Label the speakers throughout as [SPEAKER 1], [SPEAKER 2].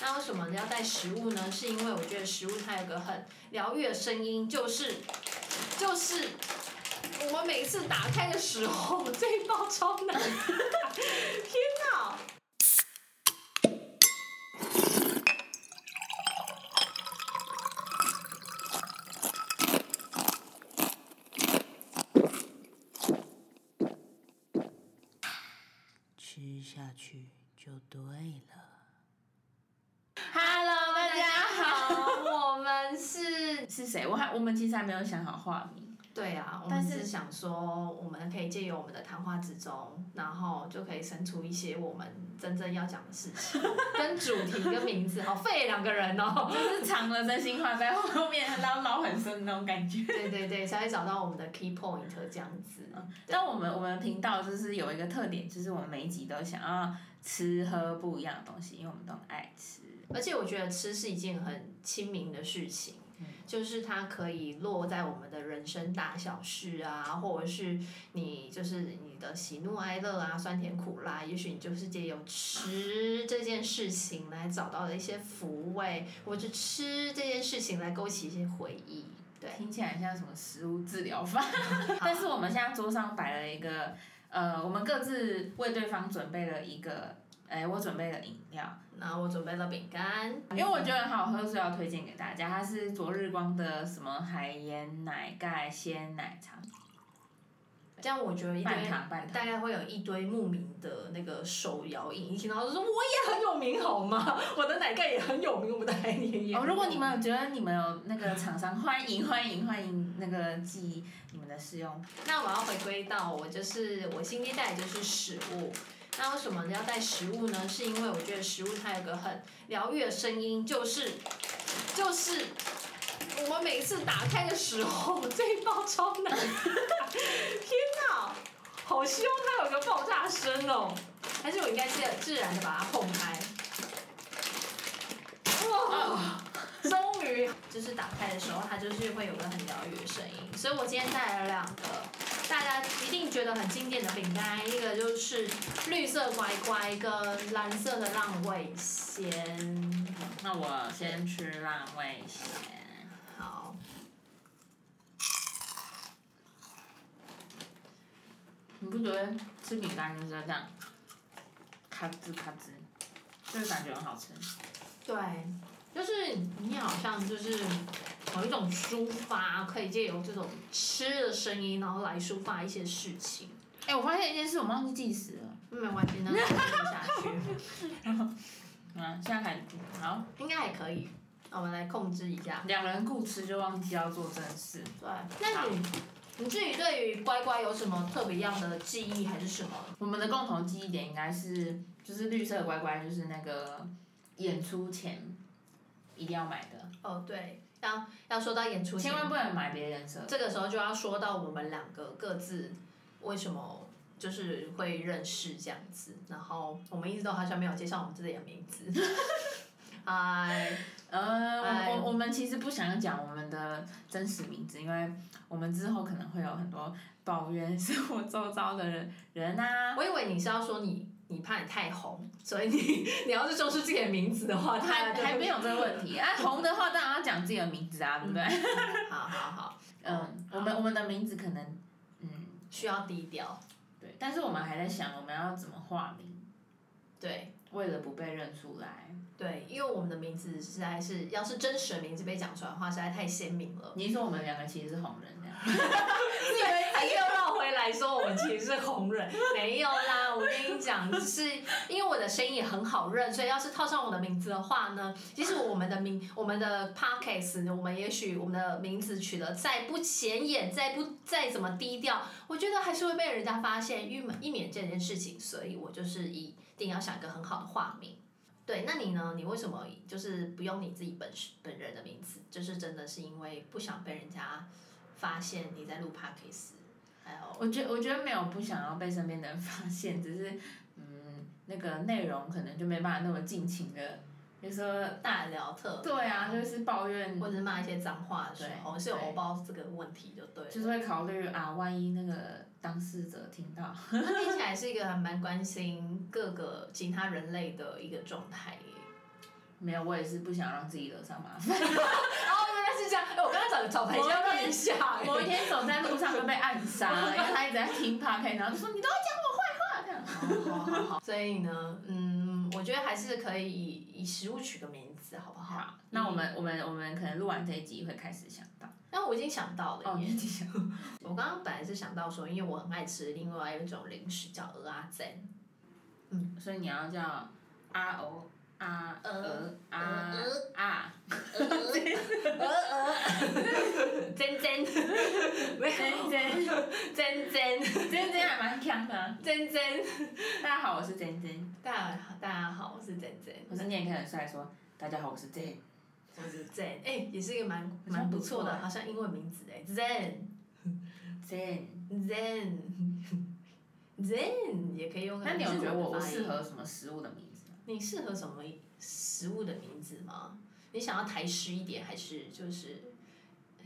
[SPEAKER 1] 那为什么要带食物呢？是因为我觉得食物它有个很疗愈的声音，就是就是我们每次打开的时候，这一包超难打，天哪！
[SPEAKER 2] 吃下去就对了。
[SPEAKER 1] Hello，大家好，我们是。
[SPEAKER 3] 是谁？我还我们其实还没有想好化名。
[SPEAKER 1] 对啊，我
[SPEAKER 3] 但
[SPEAKER 1] 们
[SPEAKER 3] 是
[SPEAKER 1] 只是想说，我们可以借由我们的谈话之中，然后就可以生出一些我们真正要讲的事情，跟主题跟名字，好废两个人哦。
[SPEAKER 3] 就是藏了真心话在后面，捞捞很深的那种感觉。
[SPEAKER 1] 对对对，才会找到我们的 key point 这样子。
[SPEAKER 3] 但我们我们频道就是有一个特点，就是我们每一集都想要吃喝不一样的东西，因为我们都很爱吃。
[SPEAKER 1] 而且我觉得吃是一件很亲民的事情，
[SPEAKER 3] 嗯
[SPEAKER 1] 就是它可以落在我们的人生大小事啊，或者是你就是你的喜怒哀乐啊、酸甜苦辣，也许你就是借由吃这件事情来找到的一些抚慰，或者是吃这件事情来勾起一些回忆。 对，
[SPEAKER 3] 听起来像什么食物治疗 法，但是我们现在桌上摆了一个，呃，我们各自为对方准备了一个，哎、我准备了饮料，
[SPEAKER 1] 那我准备了饼干，
[SPEAKER 3] 因为我觉得很好喝，所以要推荐给大家。它是昨日光的什么海盐奶盖鲜奶茶，
[SPEAKER 1] 这样我觉得一
[SPEAKER 3] 半
[SPEAKER 1] 堆
[SPEAKER 3] 糖半糖
[SPEAKER 1] 大。概会有一堆慕名的那个手摇饮，一听到就说我也很有名好吗？我的奶盖也很有名，我们的海绵也很有名。
[SPEAKER 3] 哦，如果你们觉得你们有那个厂商，欢迎欢迎欢迎那个寄你们的试用品。
[SPEAKER 1] 那我要回归到我就是我新一代就是食物。那为什么要带食物呢？是因为我觉得食物它有个很疗愈的声音，就是就是我们每次打开的时候，这一包超难 打，天哪，好希望它有个爆炸声哦！还是我应该自自然的把它碰开？哇！终于就是打开的时候，它就是会有个很疗愈的声音。所以我今天带来了两个大家一定觉得很经典的饼干，一个就是绿色乖乖跟蓝色的浪味仙。
[SPEAKER 3] 那我先吃浪味仙。
[SPEAKER 1] 好，
[SPEAKER 3] 你不觉得吃饼干就是要这样，咔吱咔吱，就是感觉很好吃。
[SPEAKER 1] 对，就是你好像就是有一种抒发，可以借由这种吃的声音，然后来抒发一些事情。
[SPEAKER 3] 哎、我发现一件事，我忘记计时了。
[SPEAKER 1] 没关系，那就呃吃下去，
[SPEAKER 3] 啊，现在开始煮，好，
[SPEAKER 1] 应该还可以。我们来控制一下。
[SPEAKER 3] 两人顾吃就忘记要做正事。
[SPEAKER 1] 对，那你你自己对于乖乖有什么特别样的记忆还是什么？
[SPEAKER 3] 我们的共同记忆点应该是，就是绿色乖乖，就是那个演出前一定要买的，
[SPEAKER 1] 哦，对，要要说到呃演出前
[SPEAKER 3] 千，万不能买别人的。
[SPEAKER 1] 这个时候就要说到我们两个各自为什么就是会认识这样子，然后我们一直都好像没有介绍我们自己的名字。 啊嗨，
[SPEAKER 3] 呃，
[SPEAKER 1] 哎
[SPEAKER 3] 我我我们其实不想讲我们的真实名字，因为我们之后可能会有很多抱怨 生活周遭的人人啊。
[SPEAKER 1] 我以为你是要说你你怕你太红，所以你你要是说出自己的名字的话，
[SPEAKER 3] 还
[SPEAKER 1] 他
[SPEAKER 3] 还没
[SPEAKER 1] 有。
[SPEAKER 3] 有这个问题，哎、红的话当然要讲自己的名字啊，对不对？
[SPEAKER 1] 好好好，
[SPEAKER 3] 嗯，我们我们的名字可能，嗯，
[SPEAKER 1] 需要低调。
[SPEAKER 3] 对，但是我们还在想我们要怎么化名。欸
[SPEAKER 1] 对，
[SPEAKER 3] 为了不被认出来，
[SPEAKER 1] 对，因为我们的名字实在是，要是真实的名字被讲出来的话，实在太鲜明了。
[SPEAKER 3] 你是说我们两个其实是红人这样？
[SPEAKER 1] 对，还又绕回来说我们其实是红人，没有啦。我跟你讲，就是因为我的声音也很好认，所以要是套上我的名字的话呢，其实我们的名、我们的 p o d c a s t 我们也许我们的名字取得再不显眼，再不再怎么低调，我觉得还是会被人家发现，预免以免这件事情。所以我就是一定要想一个很好的化名。对，那你呢？你为什么就是不用你自己本本人的名字？就是真的是因为不想被人家发现你在录 podcast，还有
[SPEAKER 3] 我觉我觉得没有不想要被身边的人 发现，只是嗯，那个内容可能就没办法那么尽情的，就说
[SPEAKER 1] 大聊特
[SPEAKER 3] 对啊，就是抱怨，
[SPEAKER 1] 或者是骂一些脏话的时候，
[SPEAKER 3] 对
[SPEAKER 1] 是有
[SPEAKER 3] 对
[SPEAKER 1] 欧包这个问题就对了。
[SPEAKER 3] 就是会考虑啊，万一那个当事者听到，
[SPEAKER 1] 他听起来是一个还蛮关心各个其他人类的一个状态耶。
[SPEAKER 3] 没有，我也是不想让自己惹上麻烦。
[SPEAKER 1] 哦，原来是这样。哎，我刚刚找找台阶要让你下。哎
[SPEAKER 3] 某一天走在路上就被暗杀了，因为他一直在听 p o d 然后就说你都会讲我坏话
[SPEAKER 1] 哦
[SPEAKER 3] 这样。好好 好，
[SPEAKER 1] 所以呢，嗯，我觉得还是可以以以食物取个名字，好不好？
[SPEAKER 3] 好，那我们我们我们可能录完这一集会开始想到。
[SPEAKER 1] 嗯
[SPEAKER 3] 哦
[SPEAKER 1] 那我已经想到了耶。
[SPEAKER 3] 己想。
[SPEAKER 1] 我刚刚本来是想到说，因为我很爱吃另外一种零食叫鹅阿珍，
[SPEAKER 3] 所以你要叫阿欧阿鹅阿啊，
[SPEAKER 1] 鹅 鹅，珍珍，没
[SPEAKER 3] 真
[SPEAKER 1] 有
[SPEAKER 3] 真
[SPEAKER 1] 珍 珍
[SPEAKER 3] 真真还蛮强的啊。
[SPEAKER 1] 珍珍。
[SPEAKER 3] 大家好，我是真真，
[SPEAKER 1] 大家好，大家好，我是珍珍，
[SPEAKER 3] 我是念开很帅说。大家好，我是 J。
[SPEAKER 1] 我是珍，哎、也是一个蛮
[SPEAKER 3] 好像
[SPEAKER 1] 蛮不
[SPEAKER 3] 不错
[SPEAKER 1] 错的，
[SPEAKER 3] 哎
[SPEAKER 1] 好像英文名字哎，Zen
[SPEAKER 3] J。
[SPEAKER 1] Zen Zen 也可以用个
[SPEAKER 3] 那你有
[SPEAKER 1] 日文
[SPEAKER 3] 觉得
[SPEAKER 1] 的
[SPEAKER 3] 我我
[SPEAKER 1] 发音
[SPEAKER 3] 适合什么食物的名字吗？
[SPEAKER 1] 你适合什么食物的名字吗？你想要台式一点，还是就是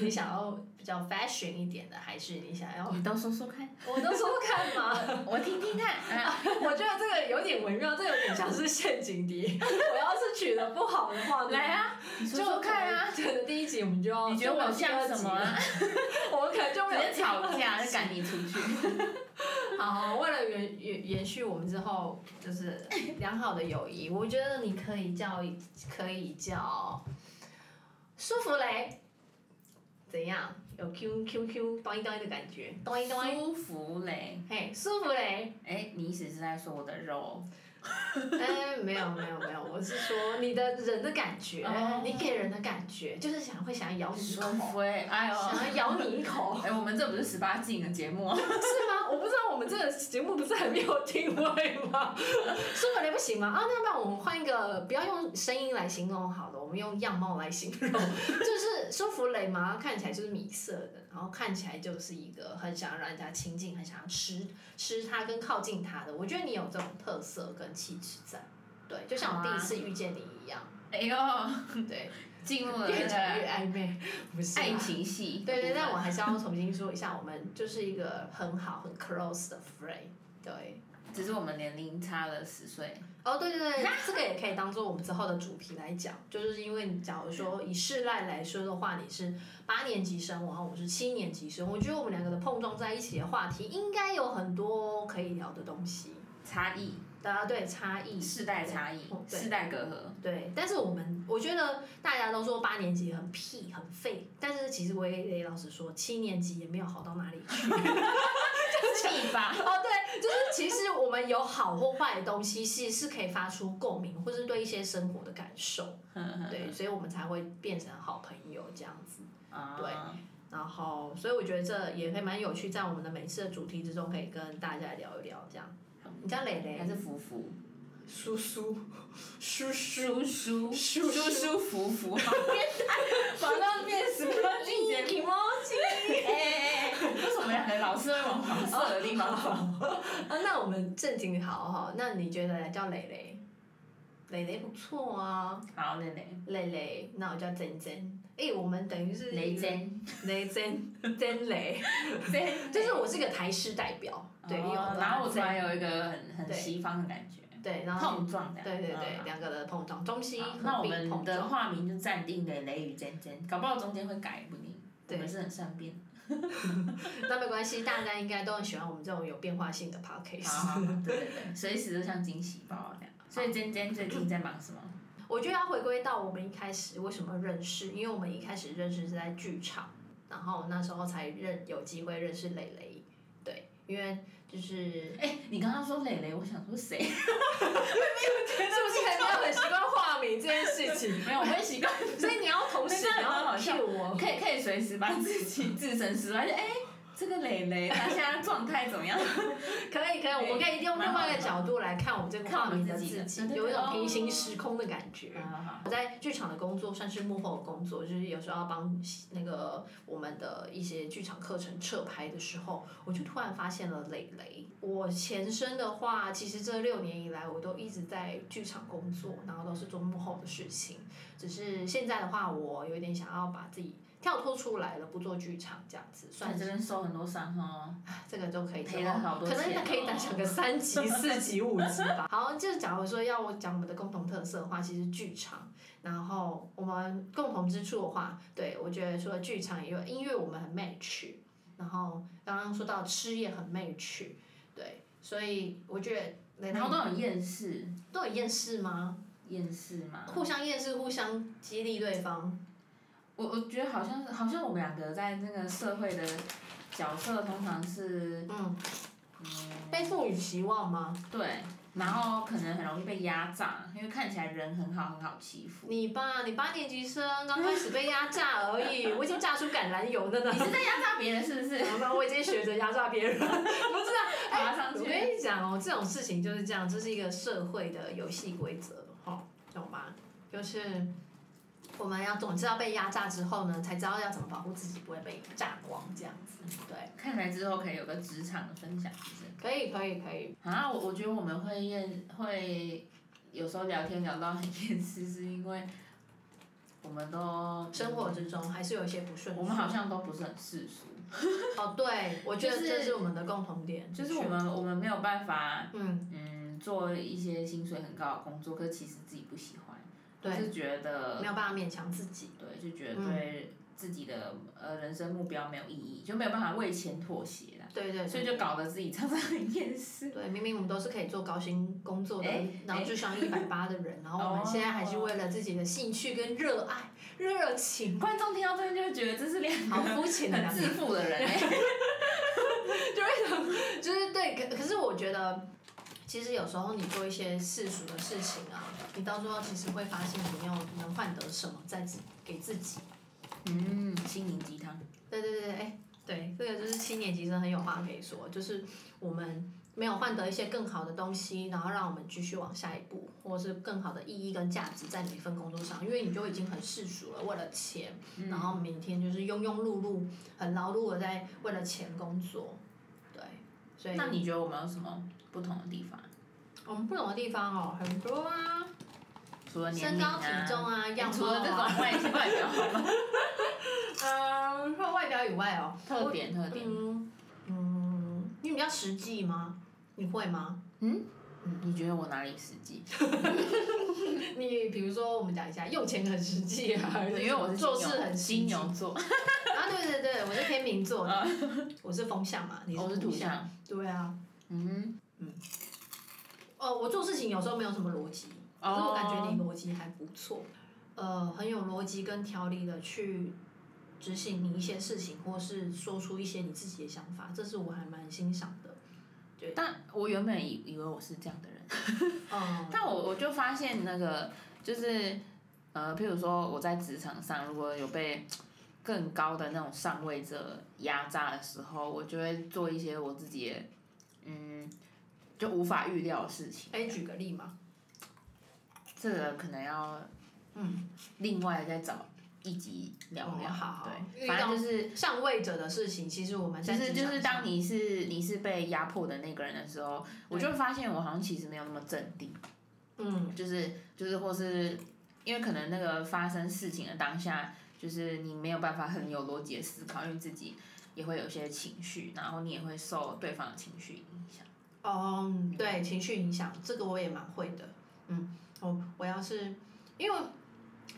[SPEAKER 1] 你想要比较 fashion 一点的，还是你想 要？
[SPEAKER 3] 你都说说看，
[SPEAKER 1] 我都说看嘛，
[SPEAKER 3] 我听听看。啊
[SPEAKER 1] 我觉得这个有点微妙，这个有点像是陷阱题。 我要是取的不好的话，
[SPEAKER 3] 来，啊，你
[SPEAKER 1] 就
[SPEAKER 3] 说说看啊。
[SPEAKER 1] 可能！可能第一集我们就要，
[SPEAKER 3] 你觉得我像什么啊？
[SPEAKER 1] 我们可哦能就
[SPEAKER 3] 直
[SPEAKER 1] 没有
[SPEAKER 3] 接吵架，就赶你出去。
[SPEAKER 1] 好，为了延延延续我们之后就是良好的友谊，我觉得你可以叫可以叫舒芙蕾，怎样？有 Q Q Q 咚一咚一的感觉，咚一咚一。
[SPEAKER 3] 舒芙蕾，
[SPEAKER 1] 嘿，舒芙 蕾，
[SPEAKER 3] 哎，你意思是在说我的肉？
[SPEAKER 1] 哎，没有没有没有，我是说你的人的感觉
[SPEAKER 3] 哦
[SPEAKER 1] 你给人的感觉就是想会想要咬你一
[SPEAKER 3] 舒
[SPEAKER 1] 口，
[SPEAKER 3] 芙蕾，哎 呦，
[SPEAKER 1] 想要咬你一口，
[SPEAKER 3] 哎，我们这不是十八禁的节目，哦
[SPEAKER 1] 是吗？我不知道我们这个节目不是很没有定位吗？舒芙蕾不行吗？啊，那不然我们换一个，不要用声音来形容好了，我们用样貌来形 容，就是舒芙蕾嘛，看起来就是米色的，然后看起来就是一个很想要让人家亲近、很想要吃吃它跟靠近它的。我觉得你有这种特色跟气质在，对，就像我第一次遇见你一样，
[SPEAKER 3] 哎呦，
[SPEAKER 1] 对，
[SPEAKER 3] 进入了
[SPEAKER 1] 越
[SPEAKER 3] 那
[SPEAKER 1] 讲越
[SPEAKER 3] 个
[SPEAKER 1] 暧昧， 不是啊
[SPEAKER 3] 爱情戏。
[SPEAKER 1] 对对，但我还是要重新说一下，我们就是一个很好很 close 的 friend。对，
[SPEAKER 3] 只是我们年龄差了十岁。
[SPEAKER 1] 哦对对对，这个也可以当做我们之后的主题来讲，就是因为你假如说以世代来说的话，你是八年级生，然后我是七年级生，我觉得我们两个的碰撞在一起的话题，应该有很多可以聊的东西。
[SPEAKER 3] 差异，
[SPEAKER 1] 大家对差异
[SPEAKER 3] 世代差异
[SPEAKER 1] 哦，对
[SPEAKER 3] 世代隔
[SPEAKER 1] 对，但是我们我觉得大家都说八年级很屁很废，但是其实我也得老实说，七年级也没有好到哪里去。
[SPEAKER 3] 阂，是你吧？
[SPEAKER 1] 哦，对，就是其实我们有好或坏的东西，是是可以发出共鸣，或是对一些生活的感受，
[SPEAKER 3] 嗯
[SPEAKER 1] 对，所以我们才会变成好朋友这样子。
[SPEAKER 3] 啊，
[SPEAKER 1] 然后，所以我觉得这也还蛮有趣，在我们的每次的主题之中，可以跟大家聊一聊这样。你叫蕾蕾
[SPEAKER 3] 还是福福。
[SPEAKER 1] 叔 叔叔叔，
[SPEAKER 3] 舒舒
[SPEAKER 1] 舒
[SPEAKER 3] 舒舒服服，好变态，马上变十八禁节目。哎哎哎！为什么两个老是会往黄色的地方跑？
[SPEAKER 1] 啊，那我们正经好哈，那你觉得叫蕾蕾？蕾蕾不错啊，
[SPEAKER 3] 好，蕾蕾，
[SPEAKER 1] 蕾蕾，那我叫珍珍。哎、我们等于是
[SPEAKER 3] 蕾珍，
[SPEAKER 1] 雷真真雷，
[SPEAKER 3] 珍
[SPEAKER 1] 就是我是一个台式代表，对，因为我
[SPEAKER 3] 哦然后我突
[SPEAKER 1] 在
[SPEAKER 3] 然有一个很很
[SPEAKER 1] 对
[SPEAKER 3] 西方的感觉，
[SPEAKER 1] 对，然后
[SPEAKER 3] 碰撞的。
[SPEAKER 1] 对对对，
[SPEAKER 3] 嗯。
[SPEAKER 1] 两个的碰撞，中西
[SPEAKER 3] 好那
[SPEAKER 1] 合
[SPEAKER 3] 我
[SPEAKER 1] 并碰
[SPEAKER 3] 们的
[SPEAKER 1] 撞，
[SPEAKER 3] 化名就暂定蕾蕾与珍珍，搞不好中间会改，不一定。我
[SPEAKER 1] 对
[SPEAKER 3] 们是很善变。
[SPEAKER 1] 那没关系，大家应该都很喜欢我们这种有变化性的 podcast。
[SPEAKER 3] 好好，对对对，随时都像惊喜包这样。所以珍珍最近在忙什么？
[SPEAKER 1] 我觉得要回归到我们一开始为什么认识，因为我们一开始认识是在剧场，然后那时候才认有机会认识蕾蕾，对，因为就是
[SPEAKER 3] 哎，你刚刚说蕾蕾，我想说谁？
[SPEAKER 1] 是不是很没有很习惯化名这件事 情？
[SPEAKER 3] 没有，我会习惯，
[SPEAKER 1] 所以你要同时
[SPEAKER 3] 真的
[SPEAKER 1] 你
[SPEAKER 3] 蛮
[SPEAKER 1] 要
[SPEAKER 3] 好笑
[SPEAKER 1] cue 我，
[SPEAKER 3] 可以可以随时把自己置身事外，就哎、这个蕾蕾她现在状态怎么样？
[SPEAKER 1] 可以可以，我们可以用另外一个角度来看我们这个
[SPEAKER 3] 看
[SPEAKER 1] 画
[SPEAKER 3] 我
[SPEAKER 1] 面
[SPEAKER 3] 们
[SPEAKER 1] 的
[SPEAKER 3] 自己
[SPEAKER 1] 自
[SPEAKER 3] 的
[SPEAKER 1] 己
[SPEAKER 3] 对，对对哦
[SPEAKER 1] 有一种平行时空的感觉。
[SPEAKER 3] 好好，
[SPEAKER 1] 我在剧场的工作算是幕后的工作，就是有时候要帮那个我们的一些剧场课程撤拍的时候，我就突然发现了蕾蕾。我前身的话，其实这六年以来我都一直在剧场工作，然后都是做幕后的事情。只是现在的话，我有点想要把自己跳脱出来了，不做剧场这样子，算
[SPEAKER 3] 在这
[SPEAKER 1] 是
[SPEAKER 3] 边受很多伤哦，
[SPEAKER 1] 这个就可以
[SPEAKER 3] 赔了好多
[SPEAKER 1] 可
[SPEAKER 3] 钱哦
[SPEAKER 1] 能可以打成个三 级、四级、五级吧。好，就是假如说要我讲我们的共同特色的话，其实剧场，然后我们共同之处的话，对我觉得说剧场也有音乐，我们很 match，然后刚刚说到吃也很 match，对，所以我觉得雷
[SPEAKER 3] 然
[SPEAKER 1] 达
[SPEAKER 3] 后都有厌世，
[SPEAKER 1] 都有厌世吗？
[SPEAKER 3] 厌世嘛。
[SPEAKER 1] 互相厌世，互相激励对方。
[SPEAKER 3] 我我觉得好像是，好像我们两个在那个社会的角色通常是，
[SPEAKER 1] 嗯，
[SPEAKER 3] 嗯，
[SPEAKER 1] 被赋予期望吗？
[SPEAKER 3] 对，然后可能很容易被压榨，因为看起来人很好，很好欺负。
[SPEAKER 1] 你吧，你八年级生刚开始被压榨而已，我已经榨出橄榄油了呢
[SPEAKER 3] 你。是在压榨别人是不是？
[SPEAKER 1] 怎么办？我已经学着压榨别人，不是啊？
[SPEAKER 3] 爬上
[SPEAKER 1] 我
[SPEAKER 3] 去。
[SPEAKER 1] 跟你讲哦，这种事情就是这样，这是一个社会的游戏规则，哈、懂吗？就是我们要总知道被压榨之后呢，才知道要怎么保护自己不会被榨光，这样子。对，
[SPEAKER 3] 看来之后可以有个职场的分享，是不是？
[SPEAKER 1] 可以，可以，可以。
[SPEAKER 3] 啊，我我觉得我们会厌会有时候聊天聊到很厌世， 是因为我们都
[SPEAKER 1] 生活之中还是有一些不顺遂。
[SPEAKER 3] 我们好像都不是很世俗，
[SPEAKER 1] 哦，对，我觉得
[SPEAKER 3] 就是
[SPEAKER 1] 这是我们的共同点，
[SPEAKER 3] 就是我们我们没有办法
[SPEAKER 1] 嗯，
[SPEAKER 3] 嗯做一些薪水很高的工作，可是其实自己不喜欢，
[SPEAKER 1] 对，
[SPEAKER 3] 就觉得
[SPEAKER 1] 没有办法勉强自己。
[SPEAKER 3] 对，就觉得
[SPEAKER 1] 嗯
[SPEAKER 3] 对自己的、呃人生目标没有意义，就没有办法为钱妥协啦，
[SPEAKER 1] 对对，对
[SPEAKER 3] 所以就搞得自己常常很厌世。
[SPEAKER 1] 对，明明我们都是可以做高薪工作的，
[SPEAKER 3] 哎
[SPEAKER 1] 然后
[SPEAKER 3] 哎
[SPEAKER 1] 智商一百八的人，然后我们现在还是为了自己的兴趣跟热爱、热情，
[SPEAKER 3] 观众听到这边就会觉得这是两
[SPEAKER 1] 好
[SPEAKER 3] 个
[SPEAKER 1] 肤浅的
[SPEAKER 3] 很
[SPEAKER 1] 两
[SPEAKER 3] 自
[SPEAKER 1] 个，
[SPEAKER 3] 负的人、欸，
[SPEAKER 1] 就是对。可可是我觉得，其实有时候你做一些世俗的事情啊，你到最后其实会发现你没有能换得什么在自给自己。
[SPEAKER 3] 嗯，心灵鸡汤。
[SPEAKER 1] 对对对对，哎，对，这个就是七年级生很有话可以说，就是我们没有换得一些更好的东西，然后让我们继续往下一步，或是更好的意义跟价值在每一份工作上，因为你就已经很世俗了，为了钱，
[SPEAKER 3] 嗯
[SPEAKER 1] 然后每天就是庸庸碌碌、很劳碌的在为了钱工作，对，所以
[SPEAKER 3] 那你觉得我们有什么不同的地方？
[SPEAKER 1] 我们不懂的地方哦很多啊，
[SPEAKER 3] 除了年
[SPEAKER 1] 身
[SPEAKER 3] 龄
[SPEAKER 1] 高
[SPEAKER 3] 啊，
[SPEAKER 1] 体重啊，样
[SPEAKER 3] 除
[SPEAKER 1] 貌
[SPEAKER 3] 了这
[SPEAKER 1] 啊，
[SPEAKER 3] 种外外表 好吗？
[SPEAKER 1] 嗯，除了外表以外哦，
[SPEAKER 3] 特点特点，
[SPEAKER 1] 嗯嗯，你比较实际吗？你会吗？
[SPEAKER 3] 你觉得我哪里实际？
[SPEAKER 1] 你比如说，我们讲一下用钱很实际啊，
[SPEAKER 3] 因为我是
[SPEAKER 1] 做
[SPEAKER 3] 金
[SPEAKER 1] 事
[SPEAKER 3] 牛
[SPEAKER 1] 很实际
[SPEAKER 3] 金牛座，
[SPEAKER 1] 啊，对对对，我是天秤座的，我是风象嘛，你
[SPEAKER 3] 嗯哦我是
[SPEAKER 1] 土
[SPEAKER 3] 土，象。
[SPEAKER 1] 对啊，
[SPEAKER 3] 嗯，
[SPEAKER 1] 哦，我做事情有时候没有什么逻辑，可是我感觉
[SPEAKER 3] 哦
[SPEAKER 1] 你逻辑还不错，呃，很有逻辑跟条理的去执行你一些事情，或是说出一些你自己的想法，这是我还蛮欣赏的，
[SPEAKER 3] 但我原本以以为我是这样的人，
[SPEAKER 1] 嗯，
[SPEAKER 3] 但我我就发现那个就是呃，譬如说我在职场上如果有被更高的那种上位者压榨的时候，我就会做一些我自己的嗯就无法预料的事情。
[SPEAKER 1] 可以哎举个例嘛，
[SPEAKER 3] 这个可能要
[SPEAKER 1] 嗯，
[SPEAKER 3] 另外再找一集聊
[SPEAKER 1] 哦
[SPEAKER 3] 聊。
[SPEAKER 1] 好好
[SPEAKER 3] 对，
[SPEAKER 1] 遇
[SPEAKER 3] 反
[SPEAKER 1] 到
[SPEAKER 3] 正就是
[SPEAKER 1] 上位者的事情，其实我们
[SPEAKER 3] 其
[SPEAKER 1] 在
[SPEAKER 3] 实
[SPEAKER 1] 职
[SPEAKER 3] 就
[SPEAKER 1] 场
[SPEAKER 3] 是
[SPEAKER 1] 上
[SPEAKER 3] 当你是你是被压迫的那个人的时候，我就会发现我好像其实没有那么镇定，
[SPEAKER 1] 嗯。
[SPEAKER 3] 就是就是或是因为可能那个发生事情的当下，就是你没有办法很有逻辑的思考，因为自己也会有些情绪，然后你也会受对方的情绪影响。
[SPEAKER 1] 哦、
[SPEAKER 3] 嗯
[SPEAKER 1] 对，情绪影响这个我也蛮会的。嗯，我我要是因为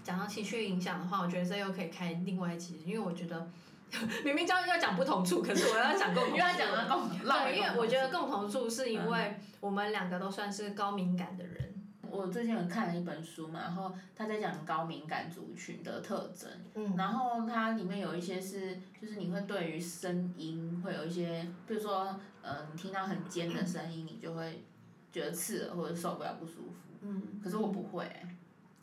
[SPEAKER 1] 讲到情绪影响的话，我觉得这又可以开另外一集，因为我觉得 明明要要讲不同处，可是我要讲 共同处，
[SPEAKER 3] 因为他讲到共同，
[SPEAKER 1] 对，因为我觉得共同处是因
[SPEAKER 3] 嗯
[SPEAKER 1] 为我们两个都算是高敏感的人，
[SPEAKER 3] 我最近有看了一本书嘛，然后他在讲高敏感族群的特征，
[SPEAKER 1] 嗯
[SPEAKER 3] 然后它里面有一些是，就是你会对于声音会有一些，比如说，呃，你听到很尖的声音，你就会觉得刺耳或者受不了不舒服。
[SPEAKER 1] 嗯，
[SPEAKER 3] 可是我不会欸、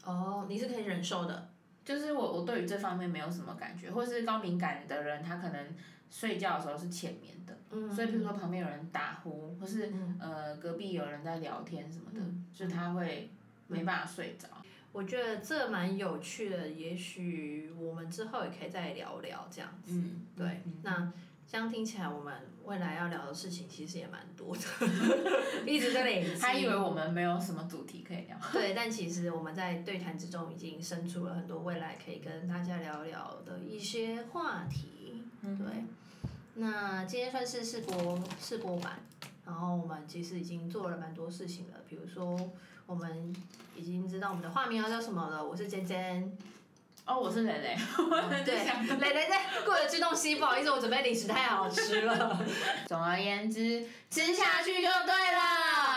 [SPEAKER 1] 哦，你是可以忍受的，
[SPEAKER 3] 就是我我对于这方面没有什么感觉，或是高敏感的人，他可能睡觉的时候是浅眠的，
[SPEAKER 1] 嗯，
[SPEAKER 3] 所以比如说旁边有人打呼，或是
[SPEAKER 1] 嗯
[SPEAKER 3] 呃隔壁有人在聊天什么的，
[SPEAKER 1] 嗯
[SPEAKER 3] 就是他会没办法睡着。
[SPEAKER 1] 我觉得这蛮有趣的，也许我们之后也可以再聊聊这样子。
[SPEAKER 3] 嗯，
[SPEAKER 1] 对，那这样听起来，我们未来要聊的事情其实也蛮多的， 一直在累积。
[SPEAKER 3] 还以为我们没有什么主题可以聊。
[SPEAKER 1] 对，但其实我们在对谈之中已经生出了很多未来可以跟大家聊聊的一些话题。对，那今天算是试播试播版，然后我们其实已经做了蛮多事情了，比如说我们已经知道我们的化名要叫什么了，我是尖尖，
[SPEAKER 3] 哦，我是蕾蕾，
[SPEAKER 1] 嗯 对，蕾蕾在过了去东西，不好意思，我准备零食太好吃了。
[SPEAKER 3] 总而言之，吃下去就对了。